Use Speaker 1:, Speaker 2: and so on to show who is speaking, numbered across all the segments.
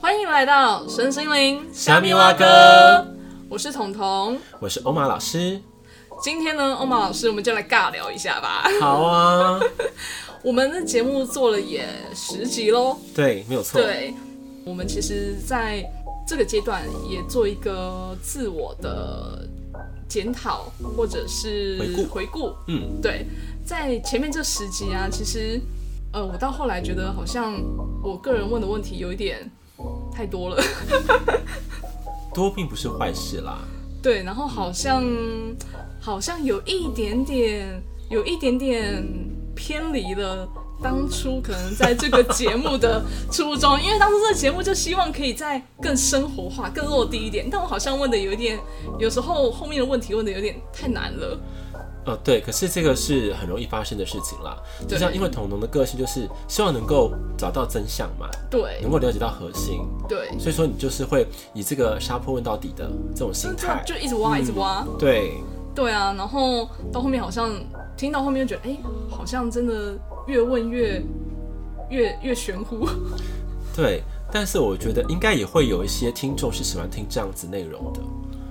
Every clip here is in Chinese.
Speaker 1: 欢迎来到神心灵
Speaker 2: 虾米蛙哥，
Speaker 1: 我是彤彤。
Speaker 2: 我是欧玛老师。
Speaker 1: 今天呢，欧玛老师，我们就来尬聊一下吧。
Speaker 2: 好啊，
Speaker 1: 我们的节目做了也十集喽，
Speaker 2: 对，没有错。
Speaker 1: 对，我们其实在这个阶段也做一个自我的检讨或者是
Speaker 2: 回顾
Speaker 1: 回顾。
Speaker 2: 嗯，
Speaker 1: 对，在前面这十集啊，其实呃，我到后来觉得好像我个人问的问题有一点太多了。
Speaker 2: 多并不是坏事啦。
Speaker 1: 对，然后好像好像有一点点，有一点点偏离了当初可能在这个节目的初衷，因为当初这个节目就希望可以再更生活化、更落地一点，但我好像问的有一点，有时候后面的问题问的有点太难了。
Speaker 2: 呃，对，可是这个是很容易发生的事情啦。就
Speaker 1: 对
Speaker 2: 像因为彤彤的个性就是希望能够找到真相嘛，
Speaker 1: 对
Speaker 2: 能够了解到核心，
Speaker 1: 对，
Speaker 2: 所以说你就是会以这个杀破问到底的这种
Speaker 1: 就
Speaker 2: 心
Speaker 1: 这样
Speaker 2: 态。
Speaker 1: 就一直挖，一直挖。
Speaker 2: 对，
Speaker 1: 对啊，然后到后面好像听到后面就觉得，哎，好像真的越问越越越玄乎。
Speaker 2: 对。但是我觉得应该也会有一些听众是喜欢听这样子内容的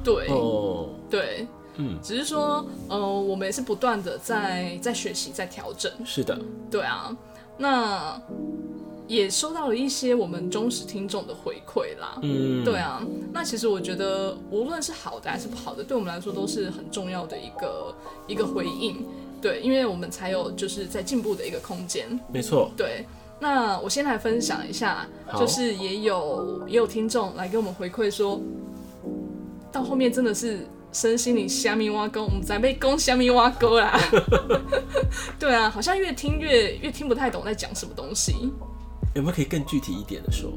Speaker 1: 对，
Speaker 2: 哦。
Speaker 1: 对，
Speaker 2: 嗯，
Speaker 1: 只是说，呃，我们也是不断的在在学习，在调整。
Speaker 2: 是的，
Speaker 1: 对啊，那也收到了一些我们忠实听众的回馈啦。
Speaker 2: 嗯，
Speaker 1: 对，啊，那其实我觉得，无论是好的还是不好的，对我们来说都是很重要的一个一个回应。对，因为我们才有就是在进步的一个空间。
Speaker 2: 没错。
Speaker 1: 对，那我先来分享一下，
Speaker 2: 好
Speaker 1: 就是也有也有听众来给我们回馈说，到后面真的是身心灵虾米挖沟，我们在被攻虾米挖沟啦。 对啊，好像越听越越听不太懂在讲什么东西。
Speaker 2: 有没有可以更具体一点的说？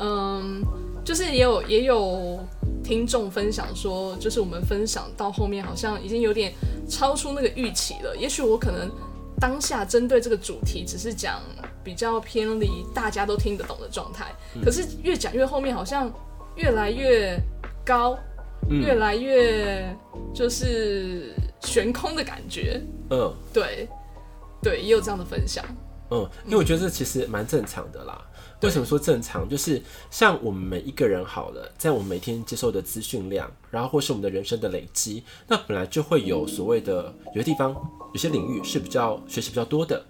Speaker 1: 嗯，就是也有也有听众分享说，就是我们分享到后面好像已经有点超出那个预期了。也许我可能当下针对这个主题只是讲比较偏离大家都听得懂的状态，
Speaker 2: 嗯
Speaker 1: 可是越讲越后面好像越来越高，
Speaker 2: 嗯
Speaker 1: 越来越就是悬空的感觉。
Speaker 2: 嗯。
Speaker 1: 对，对，也有这样的分享。
Speaker 2: 嗯，因为我觉得这其实蛮正常的啦。
Speaker 1: 嗯
Speaker 2: 为什么说正常？就是像我们每一个人好了，在我们每天接受的资讯量，然后或是我们的人生的累积，那本来就会有所谓的
Speaker 1: 嗯
Speaker 2: 有些地方、有些领域是比较学习比较多的，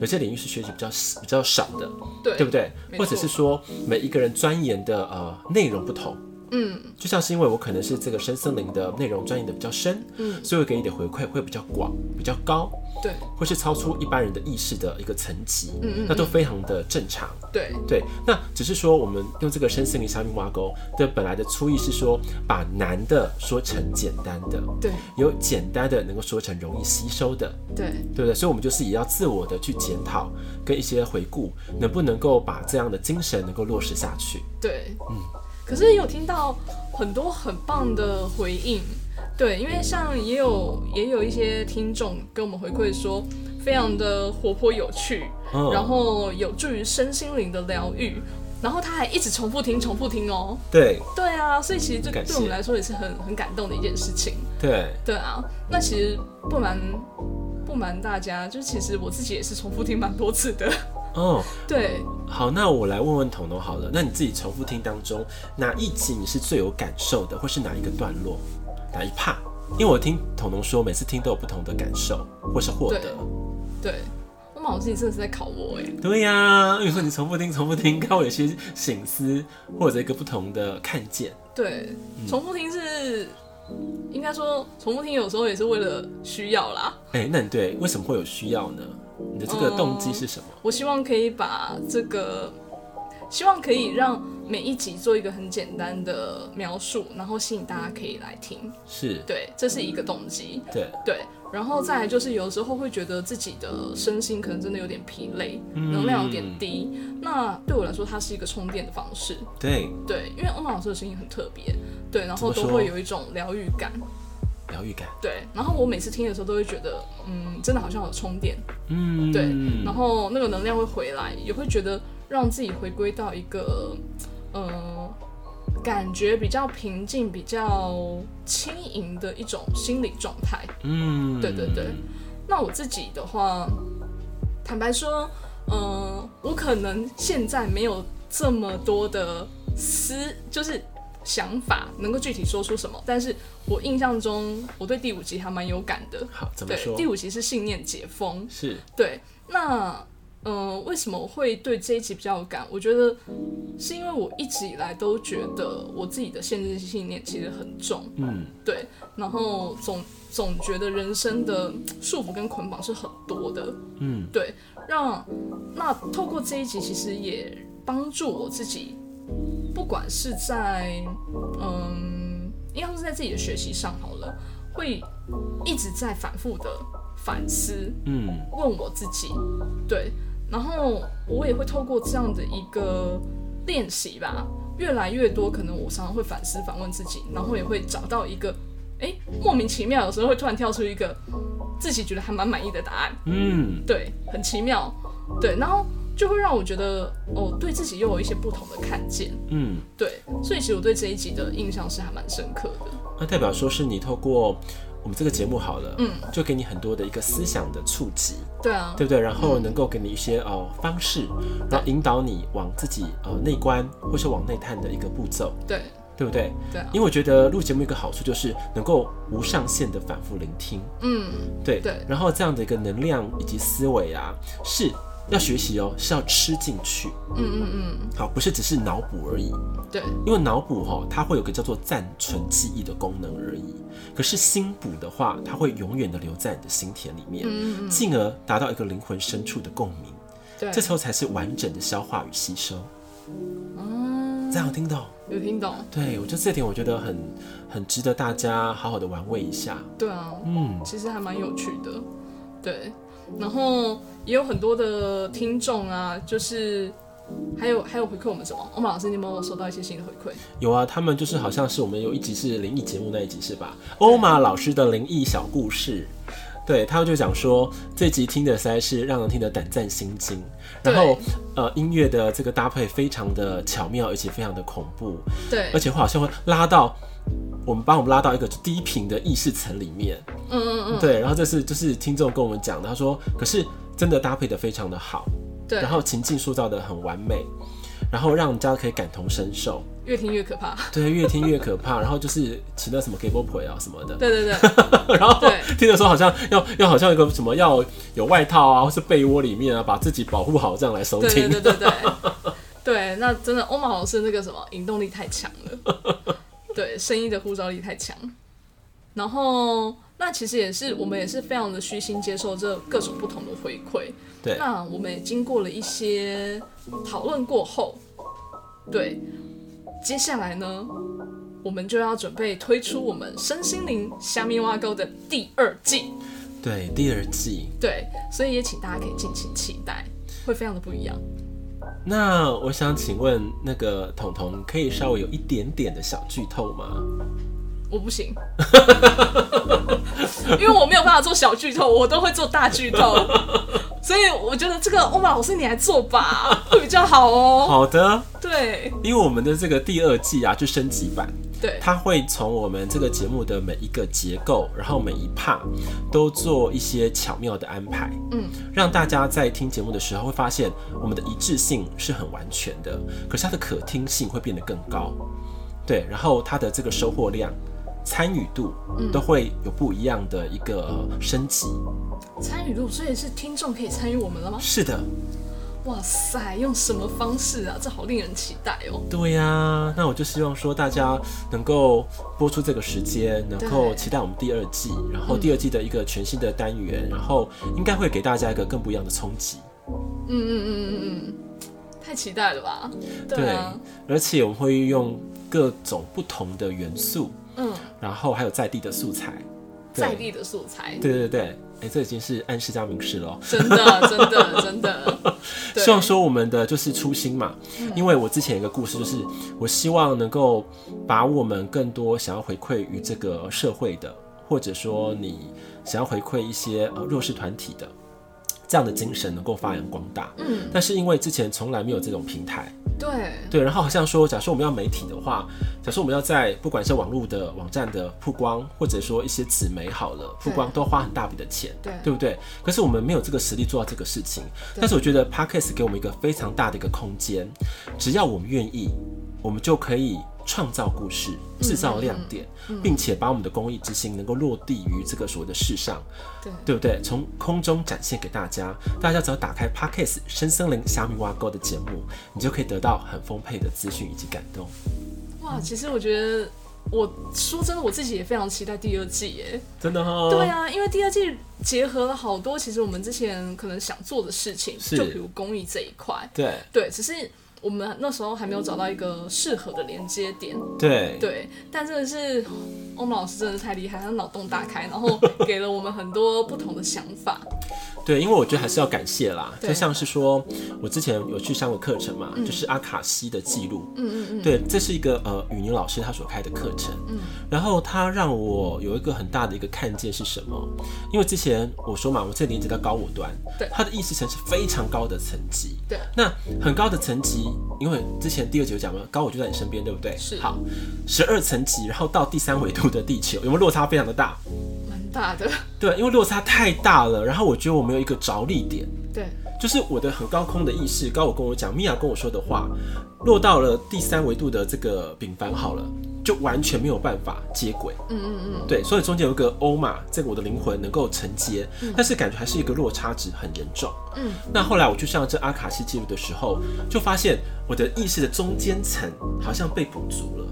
Speaker 2: 有些领域是学习比较比较少的，
Speaker 1: 对，
Speaker 2: 对不对？
Speaker 1: 没
Speaker 2: 或
Speaker 1: 错
Speaker 2: 者是说每一个人钻研的呃内容不同。
Speaker 1: 嗯，
Speaker 2: 就像是因为我可能是这个深森林的内容钻研的比较深，嗯，所以我给你的回馈会比较广、比较高，
Speaker 1: 对，
Speaker 2: 或是超出一般人的意识的一个层级，
Speaker 1: 嗯
Speaker 2: 那都非常的正常。
Speaker 1: 对，
Speaker 2: 对，那只是说我们用这个身心灵上面挖沟的本来的初意是说，把难的说成简单的，
Speaker 1: 对，
Speaker 2: 有简单的能够说成容易吸收的，
Speaker 1: 对，
Speaker 2: 对不对？所以我们就是也要自我的去检讨跟一些回顾，能不能够把这样的精神能够落实下去。
Speaker 1: 对，可是也有听到很多很棒的回应，对，因为像也有也有一些听众给我们回馈说，非常的活泼有趣，
Speaker 2: 嗯
Speaker 1: 然后有助于身心灵的疗愈，然后他还一直重复听，重复听哦。
Speaker 2: 对
Speaker 1: 对啊，所以其实这
Speaker 2: 感谢
Speaker 1: 对我们来说也是很很感动的一件事情。
Speaker 2: 对，
Speaker 1: 对啊，那其实不瞒不瞒大家，就是其实我自己也是重复听蛮多次的。
Speaker 2: 哦，
Speaker 1: 对，
Speaker 2: 好，那我来问问彤彤好了，那你自己重复听当中哪一集你是最有感受的，或是哪一个段落，哪一 part？因为我听彤彤说，每次听都有不同的感受或是获得。
Speaker 1: 对，我妈我自己真的是在考我哎、
Speaker 2: 对呀、因为说你重复听、重复听，看我有些醒思或者一个不同的看见。
Speaker 1: 对，
Speaker 2: 嗯
Speaker 1: 重复听是、应该说重复听有时候也是为了需要啦。
Speaker 2: 哎、那你对为什么会有需要呢？你的这个动机是什么？
Speaker 1: 我希望可以把这个，希望可以让每一集做一个很简单的描述，然后吸引大家可以来听。
Speaker 2: 是
Speaker 1: 对，这是一个动机。
Speaker 2: 对，
Speaker 1: 对，然后再来就是有时候会觉得自己的身心可能真的有点疲累，
Speaker 2: 嗯
Speaker 1: 能量有点低。那对我来说，它是一个充电的方式。
Speaker 2: 对，
Speaker 1: 对，因为欧玛老师的声音很特别，对，然后
Speaker 2: 怎
Speaker 1: 都
Speaker 2: 么说
Speaker 1: 会有一种疗愈感。
Speaker 2: 疗愈感。
Speaker 1: 对，然后我每次听的时候都会觉得，嗯，真的好像有充电，
Speaker 2: 嗯，
Speaker 1: 对，然后那个能量会回来，也会觉得让自己回归到一个，呃，感觉比较平静、比较轻盈的一种心理状态。
Speaker 2: 嗯，
Speaker 1: 对对对，那我自己呃的话，坦白说，嗯、我可能现在没有这么多的思，就是想法，能够具体说出什么。但是我印象中，我对第五集还蛮有感的。
Speaker 2: 好，怎么
Speaker 1: 对，
Speaker 2: 说
Speaker 1: 第？五集是信念解封。
Speaker 2: 是
Speaker 1: 对，那呃，为什么我会对这一集比较有感？我觉得是因为我一直以来都觉得我自己的限制性信念其实很重，
Speaker 2: 嗯，
Speaker 1: 对，然后总总觉得人生的束缚跟捆绑是很多的，
Speaker 2: 嗯，
Speaker 1: 对，让那透过这一集，其实也帮助我自己，不管是在嗯，应该说是在自己的学习上好了，会一直在反复的反思，
Speaker 2: 嗯
Speaker 1: 问我自己，对，然后我也会透过这样的一个练习吧，越来越多，可能我常常会反思、反问自己，然后也会找到一个，哎，莫名其妙，有时候会突然跳出一个自己觉得还蛮满意的答案，
Speaker 2: 嗯，
Speaker 1: 对，很奇妙，对，然后就会让我觉得，哦，对自己又有一些不同的看见，
Speaker 2: 嗯，
Speaker 1: 对，所以其实我对这一集的印象是还蛮深刻的，
Speaker 2: 那代表说是你透过我们这个节目好了，
Speaker 1: 嗯，
Speaker 2: 就给你很多的一个思想的触及，
Speaker 1: 对啊，
Speaker 2: 对不对？然后能够给你一些呃方式，然后引导你往自己呃内观或是往内探的一个步骤，
Speaker 1: 对，
Speaker 2: 对不对？
Speaker 1: 对啊，
Speaker 2: 因为我觉得录节目一个好处就是能够无上限的反复聆听，
Speaker 1: 嗯，
Speaker 2: 对
Speaker 1: 对
Speaker 2: 然后这样的一个能量以及思维啊，是要学习哦，是要吃进去，
Speaker 1: 嗯嗯
Speaker 2: 好，不是只是脑补而已。
Speaker 1: 嗯，对，
Speaker 2: 因为脑补哈，它会有个叫做暂存记忆的功能而已。可是心补的话，它会永远的留在你的心田里面，
Speaker 1: 嗯嗯嗯，
Speaker 2: 进而达到一个灵魂深处的共鸣。
Speaker 1: 对
Speaker 2: 这，时候才是完整的消化与吸收。
Speaker 1: 嗯
Speaker 2: 这样有听懂？
Speaker 1: 有听懂，
Speaker 2: 对，我觉得这点我觉得很很值得大家好好的玩味一下。
Speaker 1: 对啊，
Speaker 2: 嗯，
Speaker 1: 其实还蛮有趣的，对。然后也有很多的听众啊，就是还有还有回馈我们什么？欧哦马老师，你有没有收到一些新的回馈？
Speaker 2: 有啊，他们就是好像是我们有一集是灵异节目那一集是吧？欧玛老师的灵异小故事。对，他们就讲说这集听的实在是让人听得胆战心惊，然后呃音乐的这个搭配非常的巧妙，而且非常的恐怖，
Speaker 1: 对
Speaker 2: 而，且会好像会拉到我们把我们拉到一个低频的意识层里面，
Speaker 1: 嗯嗯嗯，
Speaker 2: 对，然后这是就是听众跟我们讲的，他说可是真的搭配的非常的好，
Speaker 1: 对，
Speaker 2: 然后情境塑造的很完美，然后让人家可以感同身受，
Speaker 1: 越听越可怕。
Speaker 2: 对，越听越可怕，然后就是起那什么 g a m e boy 啊什么的，
Speaker 1: 对对对，
Speaker 2: 然 后
Speaker 1: 对
Speaker 2: 听的时候好像要要好像有个什么要有外套啊，或是被窝里面啊，把自己保护好这样来收
Speaker 1: 对对
Speaker 2: 听
Speaker 1: 对。对对对，那真的欧马老师那个什么引动力太强了，对，声音的呼召力太强。然后，那其实也是我们也是非常的虚心接受这各种不同的回馈。
Speaker 2: 对
Speaker 1: 那我们也经过了一些讨论过后，对，接下来呢，我们就要准备推出我们身心灵虾米挖沟的第二季。
Speaker 2: 对，第二季。
Speaker 1: 对，所以也请大家可以尽情期待，会非常的不一样。
Speaker 2: 那我想请问那个彤彤，可以稍微有一点点的小剧透吗？
Speaker 1: 我不行， 因为我没有办法做小剧透，我都会做大剧透，所以我觉得这个欧巴老师你来做吧， 会比较好哦。
Speaker 2: 好的，
Speaker 1: 对
Speaker 2: 因为我们的这个第二季啊，就升级版，
Speaker 1: 对
Speaker 2: 它会从我们这个节目的每一个结构，然后每一 part 都做一些巧妙的安排，
Speaker 1: 嗯，
Speaker 2: 让大家在听节目的时候会发现我们的一致性是很完全的，可是它的可听性会变得更高，对，然后它的这个收获量、参与度都会有不一样的一个呃升级。
Speaker 1: 参与度，所以是听众可以参与我们了吗？
Speaker 2: 是的，
Speaker 1: 哇塞，用什么方式啊？这好令人期待哦。
Speaker 2: 对呀、那我就希望说大家能够播出这个时间，能够
Speaker 1: 对
Speaker 2: 期待我们第二季，然后第二季的一个全新的单元，然后应该会给大家一个更不一样的冲击。
Speaker 1: 嗯嗯嗯嗯嗯，太期待了吧？对啊，
Speaker 2: 而且我们会用各种不同的元素，
Speaker 1: 嗯，
Speaker 2: 然后还有在地的素材，对
Speaker 1: 在，地的素材，
Speaker 2: 对对对，哎、这已经是暗示加明示了哦。
Speaker 1: 真的真的真 的，对嗯
Speaker 2: 希望说我们的就是初心嘛，因为我之前有一个故事，就是我希望能够把我们更多想要回馈于这个社会的，或者说你想要回馈一些呃弱势团体的这样的精神能够发扬光大。
Speaker 1: 嗯，
Speaker 2: 但是因为之前从来没有这种平台，
Speaker 1: 对
Speaker 2: 对，然后好像说，假设我们要媒体的话，假设我们要在不管是网络的网站的曝光，或者说一些纸媒好了曝光，
Speaker 1: 对
Speaker 2: 都花很大笔的钱，
Speaker 1: 对
Speaker 2: 对不对？可是我们没有这个实力做到这个事情。但是我觉得 podcast 给我们一个非常大的一个空间，只要我们愿意，我们就可以创造故事，
Speaker 1: 嗯
Speaker 2: 制造亮点，并且把我们的公益之心能够落地于这个所谓的世上。
Speaker 1: 对
Speaker 2: 对不对？从空中展现给大家，大家只要打开 Podcast《深森林虾米挖沟》的节目，你就可以得到很丰沛的资讯以及感动。
Speaker 1: 哇，其实我觉得，我说真的，我自己也非常期待第二季耶。
Speaker 2: 真的哦，
Speaker 1: 对，啊，因为第二季结合了好多其实我们之前可能想做的事情，
Speaker 2: 是
Speaker 1: 就比如公益这一块，
Speaker 2: 对
Speaker 1: 对，只是我们那时候还没有找到一个适合的连接点。
Speaker 2: 对
Speaker 1: 对，但真的是欧盟老师真的太厉害，他脑洞大开，然后给了我们很多不同的想法。
Speaker 2: 对，因为我觉得还是要感谢啦，
Speaker 1: 对嗯
Speaker 2: 就像是说我之前有去上过课程嘛，就是阿卡西的记录，
Speaker 1: 嗯嗯嗯，
Speaker 2: 对，这是一个呃雨宁老师他所开的课程，嗯，然后他让我有一个很大的一个看见是什么？因为之前我说嘛，我这连接到高我端，
Speaker 1: 对
Speaker 2: 它的意识层是非常高的层级，
Speaker 1: 对，
Speaker 2: 那很高的层级，因为之前第二集有讲嘛，高我就在你身边，对不对？
Speaker 1: 是
Speaker 2: 好，十二层级，然后到第三维度的地球，有没有落差非常的大？
Speaker 1: 蛮大的。
Speaker 2: 对，因为落差太大了，然后我觉得我没有一个着力点，
Speaker 1: 对，
Speaker 2: 就是我的很高空的意识，高我跟我讲，米娅跟我说的话，落到了第三维度的这个丙凡好了，就完全没有办法接轨。
Speaker 1: 嗯嗯嗯，
Speaker 2: 对，所以中间有一个欧玛，这个我的灵魂能够承接，但是感觉还是一个落差值很严重。
Speaker 1: 嗯，
Speaker 2: 那后来我去上这阿卡西记录的时候，就发现我的意识的中间层好像被补足了，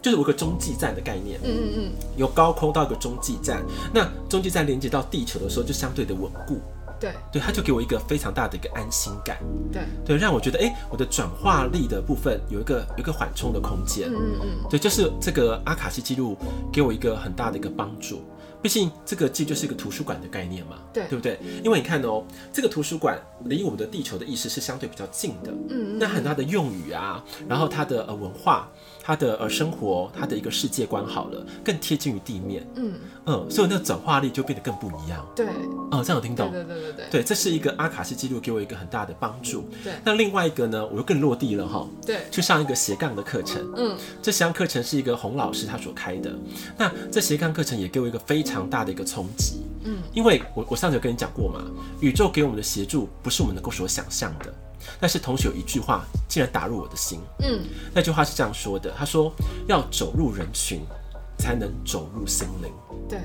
Speaker 2: 就是我有个中继站的概念。
Speaker 1: 嗯嗯嗯，
Speaker 2: 由高空到一个中继站，那中继站连接到地球的时候就相对的稳固，
Speaker 1: 对
Speaker 2: 对，它就给我一个非常大的一个安心感，
Speaker 1: 对，
Speaker 2: 对，让我觉得诶，我的转化力的部分有一个有一个缓冲的空间，
Speaker 1: 嗯嗯嗯，
Speaker 2: 对，就是这个阿卡西记录给我一个很大的一个帮助。毕竟这个记就是一个图书馆的概念嘛，
Speaker 1: 对
Speaker 2: 对不对？因为你看哦，这个图书馆离我们的地球的意识是相对比较近的，
Speaker 1: 嗯
Speaker 2: 那很多它的用语啊，然后它的呃文化、它的呃生活、它的一个世界观好了，更贴近于地面，
Speaker 1: 嗯，
Speaker 2: 嗯，所以那个转化力就变得更不一样。
Speaker 1: 对，
Speaker 2: 哦，这样有听
Speaker 1: 对
Speaker 2: 懂？
Speaker 1: 对对对对
Speaker 2: 对，这是一个阿卡西记录给我一个很大的帮助。
Speaker 1: 对
Speaker 2: 那另外一个呢，我又更落地了哈，
Speaker 1: 对，
Speaker 2: 去上一个斜杠的课程。
Speaker 1: 嗯，
Speaker 2: 这斜杠课程是一个洪老师他所开的，那这斜杠课程也给我一个非常大的一个冲击。
Speaker 1: 嗯，
Speaker 2: 因为我我上次有跟你讲过嘛，宇宙给我们的协助不是我们能够所想象的。但是同学有一句话竟然打入我的心，
Speaker 1: 嗯，
Speaker 2: 那句话是这样说的：他说要走入人群，才能走入心灵。
Speaker 1: 对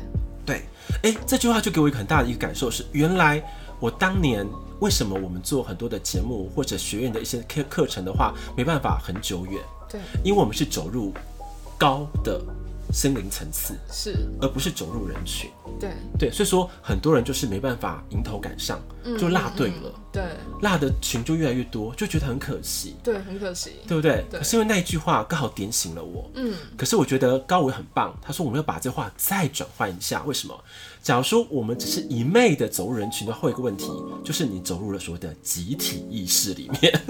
Speaker 2: 对，哎，这句话就给我一个很大的一个感受是，原来我当年为什么我们做很多的节目或者学院的一些课课程的话，没办法很久远，
Speaker 1: 对
Speaker 2: 因为我们是走入高的心灵层次，
Speaker 1: 是，
Speaker 2: 而不是走入人群。
Speaker 1: 对，
Speaker 2: 对，所以说很多人就是没办法迎头赶上，就落队
Speaker 1: 嗯
Speaker 2: 了，
Speaker 1: 对
Speaker 2: 落的群就越来越多，就觉得很可惜，
Speaker 1: 对，很可惜。
Speaker 2: 对不对？
Speaker 1: 对
Speaker 2: 可是因为那一句话刚好点醒了我，
Speaker 1: 嗯，
Speaker 2: 可是我觉得高伟很棒，他说我们要把这话再转换一下。为什么？假如说我们只是一昧的走入人群的话，会有一个问题，就是你走入了所谓的集体意识里面。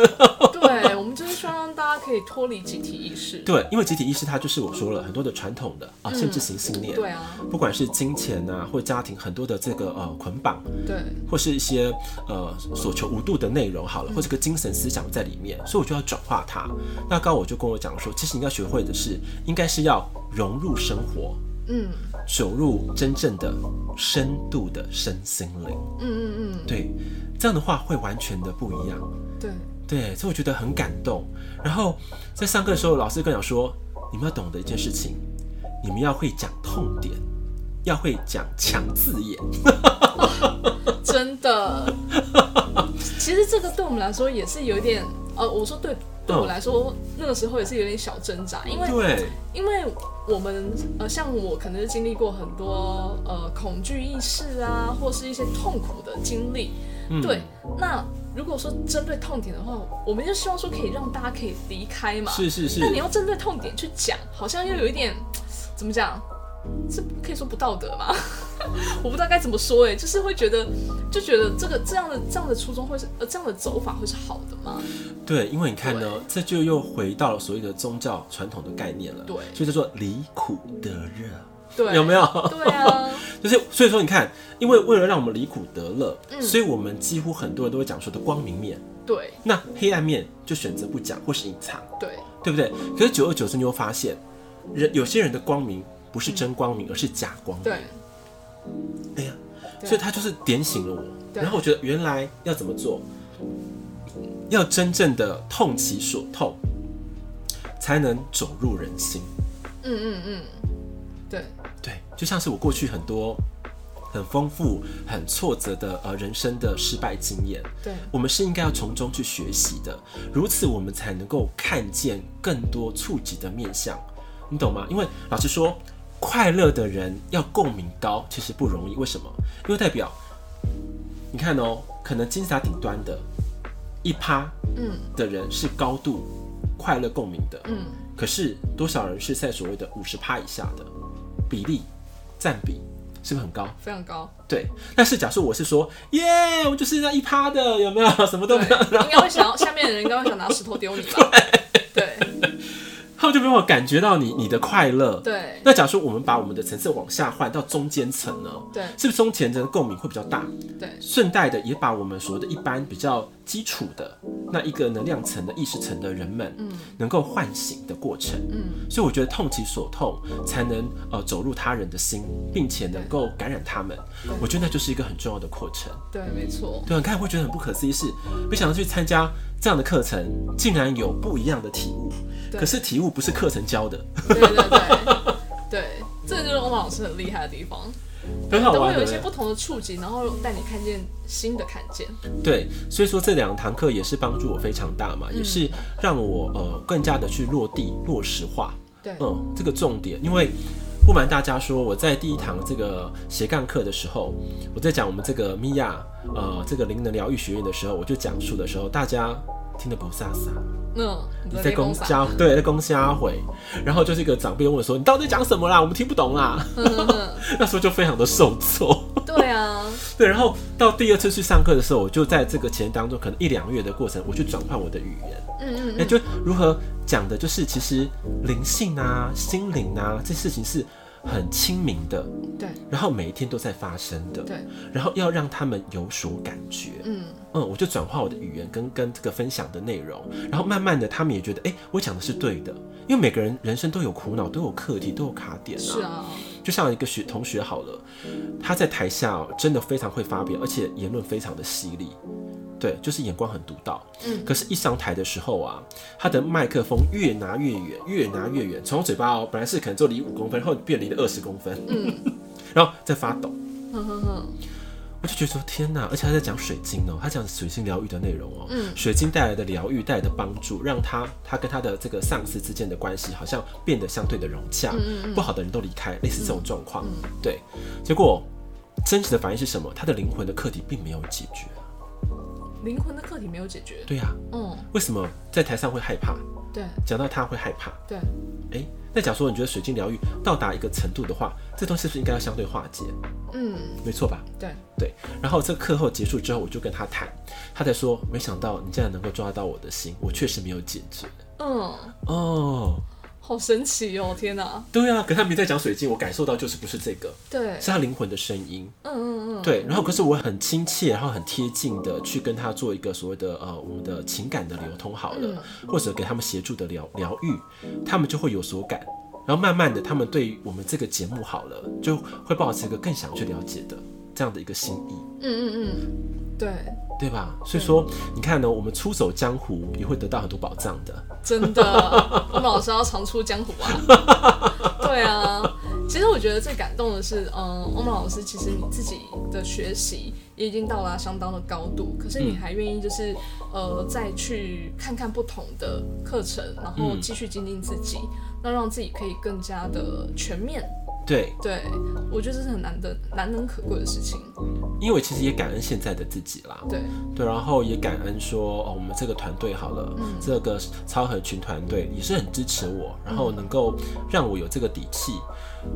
Speaker 1: 对，我们就是希望让大家可以脱离集体意识。
Speaker 2: 对，因为集体意识它就是我说了很多的传统的啊限制型信念，
Speaker 1: 嗯对啊，
Speaker 2: 不管是金钱啊或家庭很多的这个呃捆绑，
Speaker 1: 对
Speaker 2: 或是一些呃所求无度的内容
Speaker 1: 嗯
Speaker 2: 好了，或这个呃精神思想在里面，所以我就要转化它。那高我就跟我讲说，其实你要学会的是，应该是要融入生活，
Speaker 1: 嗯
Speaker 2: 走入真正的深度的身心灵。
Speaker 1: 嗯嗯嗯，
Speaker 2: 对，这样的话会完全的不一样。
Speaker 1: 对
Speaker 2: 对，所以我觉得很感动。然后在上课的时候，老师跟我讲说，你们要懂得一件事情，你们要会讲痛点，要会讲强字眼。
Speaker 1: 真 的。其实这个对我们来说也是有一点，呃，我说对，对我来说那个时候也是有点小挣扎，因为
Speaker 2: 嗯对，
Speaker 1: 因为我们呃，像我可能是经历过很多呃恐惧意识啊，或是一些痛苦的经历。
Speaker 2: 嗯
Speaker 1: 对，那如果说针对痛点的话，我们就希望说可以让大家可以离开嘛。
Speaker 2: 是是是。
Speaker 1: 但你要针对痛点去讲，好像又有一点怎么讲？这可以说不道德吗？ 我不知道该怎么说哎、就是会觉得，就觉得这个这样的这样的初衷会是呃这样的走法会是好的吗？
Speaker 2: 对，因为你看呢，这就又回到了所谓的宗教传统的概念了，
Speaker 1: 对
Speaker 2: 所以叫做离苦得乐，
Speaker 1: 对，
Speaker 2: 有没
Speaker 1: 有？
Speaker 2: 有？
Speaker 1: 对啊，
Speaker 2: 就是所以说，你看，因为为了让我们离苦得乐，
Speaker 1: 嗯
Speaker 2: 所以我们几乎很多人都会讲说的光明面，
Speaker 1: 对
Speaker 2: 那黑暗面就选择不讲或是隐藏，
Speaker 1: 对
Speaker 2: 对不对？可是久而久之，你会发现，人有些人的光明不是真光明，而是假光明。
Speaker 1: 对，
Speaker 2: 哎呀，
Speaker 1: 对
Speaker 2: 所以他就是点醒了我。
Speaker 1: 对
Speaker 2: 然后我觉得原来要怎么做，要真正的痛其所痛，才能走入人心。
Speaker 1: 嗯嗯嗯，对
Speaker 2: 对，就像是我过去很多很丰富、很挫折的呃人生的失败经验，
Speaker 1: 对
Speaker 2: 我们是应该要从中去学习的，如此我们才能够看见更多触及的面相，你懂吗？因为老实说，快乐的人要共鸣高其实不容易，为什么？因为代表，你看哦，可能金字塔顶端的一趴
Speaker 1: 嗯
Speaker 2: 的人是高度快乐共鸣的，
Speaker 1: 嗯
Speaker 2: 可是多少人是在所谓的五十趴以下的比例占比是不是很高？
Speaker 1: 非常高，
Speaker 2: 对，但是假设我是说，耶，我就是那一趴的，有没有什么都
Speaker 1: 对，
Speaker 2: 没有，
Speaker 1: 应该会想要下面的人应该会想拿石头丢你吧？对
Speaker 2: 他们就没有感觉到你你的快乐。
Speaker 1: 对
Speaker 2: 那假如说我们把我们的层次往下换到中间层呢，
Speaker 1: 对
Speaker 2: 是不是中间层的共鸣会比较大？
Speaker 1: 对
Speaker 2: 顺带的也把我们所谓的一般比较基础的那一个能量层的意识层的人们，嗯，能够唤醒的过程。
Speaker 1: 嗯
Speaker 2: 所以我觉得痛其所痛，才能呃走入他人的心，并且能够感染他们。我觉得那就是一个很重要的过程。
Speaker 1: 对，没错，
Speaker 2: 对，你看会觉得很不可思议是，没想到去参加这样的课程，竟然有不一样的体悟。
Speaker 1: 对
Speaker 2: 可是体悟不是课程教的，
Speaker 1: 对对对对，这个就是欧玛老师很厉害的地方，
Speaker 2: 很嗯好
Speaker 1: 都会
Speaker 2: 玩
Speaker 1: 有一些
Speaker 2: 的。
Speaker 1: 不同的触及，然后带你看见新的看见，
Speaker 2: 对，所以说这两堂课也是帮助我非常大嘛，也是让我呃更加的去落地落实化。
Speaker 1: 对
Speaker 2: 嗯，这个重点，因为不瞒大家说，我在第一堂这个斜杠课的时候，我在讲我们这个米娅呃这个灵能疗愈学院的时候，我就讲述的时候，大家听得不飒飒。
Speaker 1: 嗯，
Speaker 2: 你在
Speaker 1: 在
Speaker 2: 公
Speaker 1: 公
Speaker 2: 瞎对，在公瞎回，然后就是一个长辈问我说：“你到底在讲什么啦？我们听不懂啦。” 那时候就非常的受挫。
Speaker 1: 对啊，
Speaker 2: 对，然后到第二次去上课的时候，我就在这个前当中，可能一两个月的过程，我去转换我的语言，
Speaker 1: 嗯嗯
Speaker 2: 那、就如何讲的，就是其实灵性啊、心灵啊，这事情是很亲民的，
Speaker 1: 嗯，对
Speaker 2: 然后每一天都在发生的，
Speaker 1: 对，
Speaker 2: 然后要让他们有所感觉。
Speaker 1: 嗯
Speaker 2: 嗯，我就转化我的语言跟跟这个分享的内容，然后慢慢的他们也觉得，哎、我讲的是对的，因为每个人人生都有苦恼，都有课题，都有卡点啊。
Speaker 1: 是啊，
Speaker 2: 就像一个学同学好了，他在台下、哦真的非常会发表，而且言论非常的犀利，对，就是眼光很独到。
Speaker 1: 嗯
Speaker 2: 可是，一上台的时候啊，他的麦克风越拿越远，越拿越远，从我嘴巴哦，本来是可能就离五公分，后来变离了二十公分，
Speaker 1: 嗯，
Speaker 2: 然后再发抖。
Speaker 1: 哼哼哼，
Speaker 2: 我就觉得说天哪，而且他在讲水晶哦、他讲水晶疗愈的内容哦、
Speaker 1: 嗯
Speaker 2: 水晶带来的疗愈带来的帮助，让他他跟他的这个上司之间的关系好像变得相对的融洽，
Speaker 1: 嗯嗯
Speaker 2: 不好的人都离开，类似这种状况，
Speaker 1: 嗯嗯
Speaker 2: 对，结果真实的反应是什么？他的灵魂的课题并没有解决，
Speaker 1: 灵魂的课题没有解决，
Speaker 2: 对呀、
Speaker 1: 嗯，
Speaker 2: 为什么在台上会害怕？
Speaker 1: 对
Speaker 2: 讲到他会害怕，
Speaker 1: 对，
Speaker 2: 诶，那假如说你觉得水晶疗愈到达一个程度的话，这东西是不是应该要相对化解？
Speaker 1: 嗯
Speaker 2: 没错吧？
Speaker 1: 对，
Speaker 2: 对，然后这个课后结束之后，我就跟他谈，他才说，没想到你竟然能够抓到我的心，我确实没有解决。
Speaker 1: 嗯，
Speaker 2: 哦，
Speaker 1: 好神奇哦，天哪，
Speaker 2: 对啊，可他没在讲水晶，我感受到就是不是这个，
Speaker 1: 对，
Speaker 2: 是他灵魂的声音。
Speaker 1: 嗯嗯嗯，
Speaker 2: 对，然后可是我很亲切，然后很贴近的去跟他做一个所谓的呃我们的情感的流通好了，或者给他们协助的疗疗愈，他们就会有所感，然后慢慢的他们对于我们这个节目好了，就会抱持一个更想去了解的这样的一个心意。
Speaker 1: 嗯嗯嗯，对，
Speaker 2: 对吧？所以说，你看呢，我们出手江湖也会得到很多宝藏的。
Speaker 1: 真的，我们老师要常出江湖啊。对啊，其实我觉得最感动的是，嗯，欧曼老师，其实你自己的学习也已经到达相当的高度，可是你还愿意就是、呃再去看看不同的课程，然后继续精进自己，那让自己可以更加的全面。
Speaker 2: 对，
Speaker 1: 对我觉得这是很难得难能可贵的事情。
Speaker 2: 因为我其实也感恩现在的自己啦，
Speaker 1: 对
Speaker 2: 对，然后也感恩说，哦，我们这个团队好了，
Speaker 1: 嗯
Speaker 2: 这个超合群团队也是很支持我，然后能够让我有这个底气。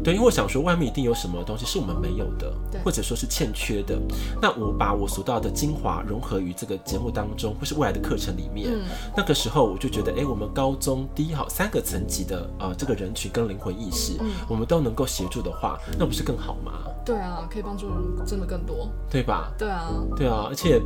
Speaker 2: 对，因为我想说，外面一定有什么东西是我们没有的
Speaker 1: 对，
Speaker 2: 或者说是欠缺的。那我把我所到的精华融合于这个节目当中，或是未来的课程里面。
Speaker 1: 嗯
Speaker 2: 那个时候我就觉得，哎、我们高中低好三个
Speaker 1: 嗯
Speaker 2: 层级的呃这个人群跟灵魂意识，我们都能够协助的话，那不是更好吗？
Speaker 1: 对啊，可以帮助人真的更多。
Speaker 2: 对吧？
Speaker 1: 对啊，
Speaker 2: 对啊，而且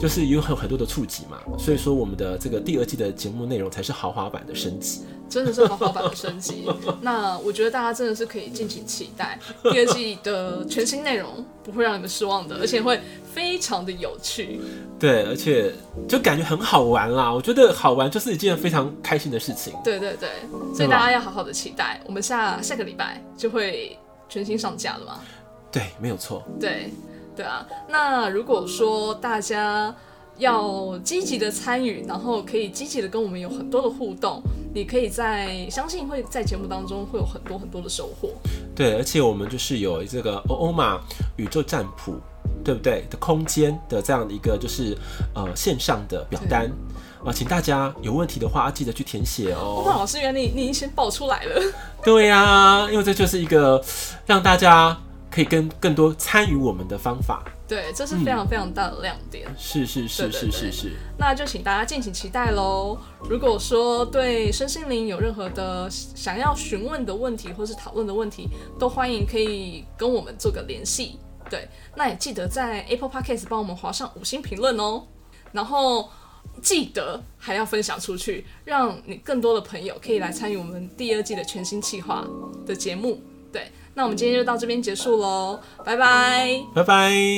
Speaker 2: 就是有很很多的触及嘛，所以说我们的这个第二季的节目内容才是豪华版的升级。
Speaker 1: 真的是豪华版的升级。那我觉得大家真的是可以敬请期待第二季的全新内容，不会让你们失望的，而且会非常的有趣。
Speaker 2: 对，而且就感觉很好玩啦。我觉得好玩就是一件非常开心的事情。
Speaker 1: 对对对，所以大家要好好的期待，我们下下个礼拜就会全新上架了嘛。
Speaker 2: 对，没有错。
Speaker 1: 对，对啊。那如果说大家要积极的参与，然后可以积极的跟我们有很多的互动，你可以在相信会在节目当中会有很多很多的收获。
Speaker 2: 对，而且我们就是有这个欧欧玛宇宙占卜，对不对？的空间的这样的一个就是呃线上的表单啊、呃请大家有问题的话记得去填写
Speaker 1: 欧曼
Speaker 2: 哦。
Speaker 1: 老师，原来你你已经先爆出来了，
Speaker 2: 对呀、因为这就是一个让大家可以跟更多参与我们的方法。
Speaker 1: 对，这是非常非常大的亮点。
Speaker 2: 是是是
Speaker 1: 对
Speaker 2: 是
Speaker 1: 对对
Speaker 2: 是是，
Speaker 1: 那就请大家敬请期待喽。如果说对身心灵有任何的想要询问的问题或是讨论的问题，都欢迎可以跟我们做个联系。对，那也记得在 Apple Podcast 帮我们划上五星评论哦，然后记得还要分享出去，让你更多的朋友可以来参与我们第二季的全新企划的节目。对，那我们今天就到这边结束喽，拜拜。
Speaker 2: 拜拜。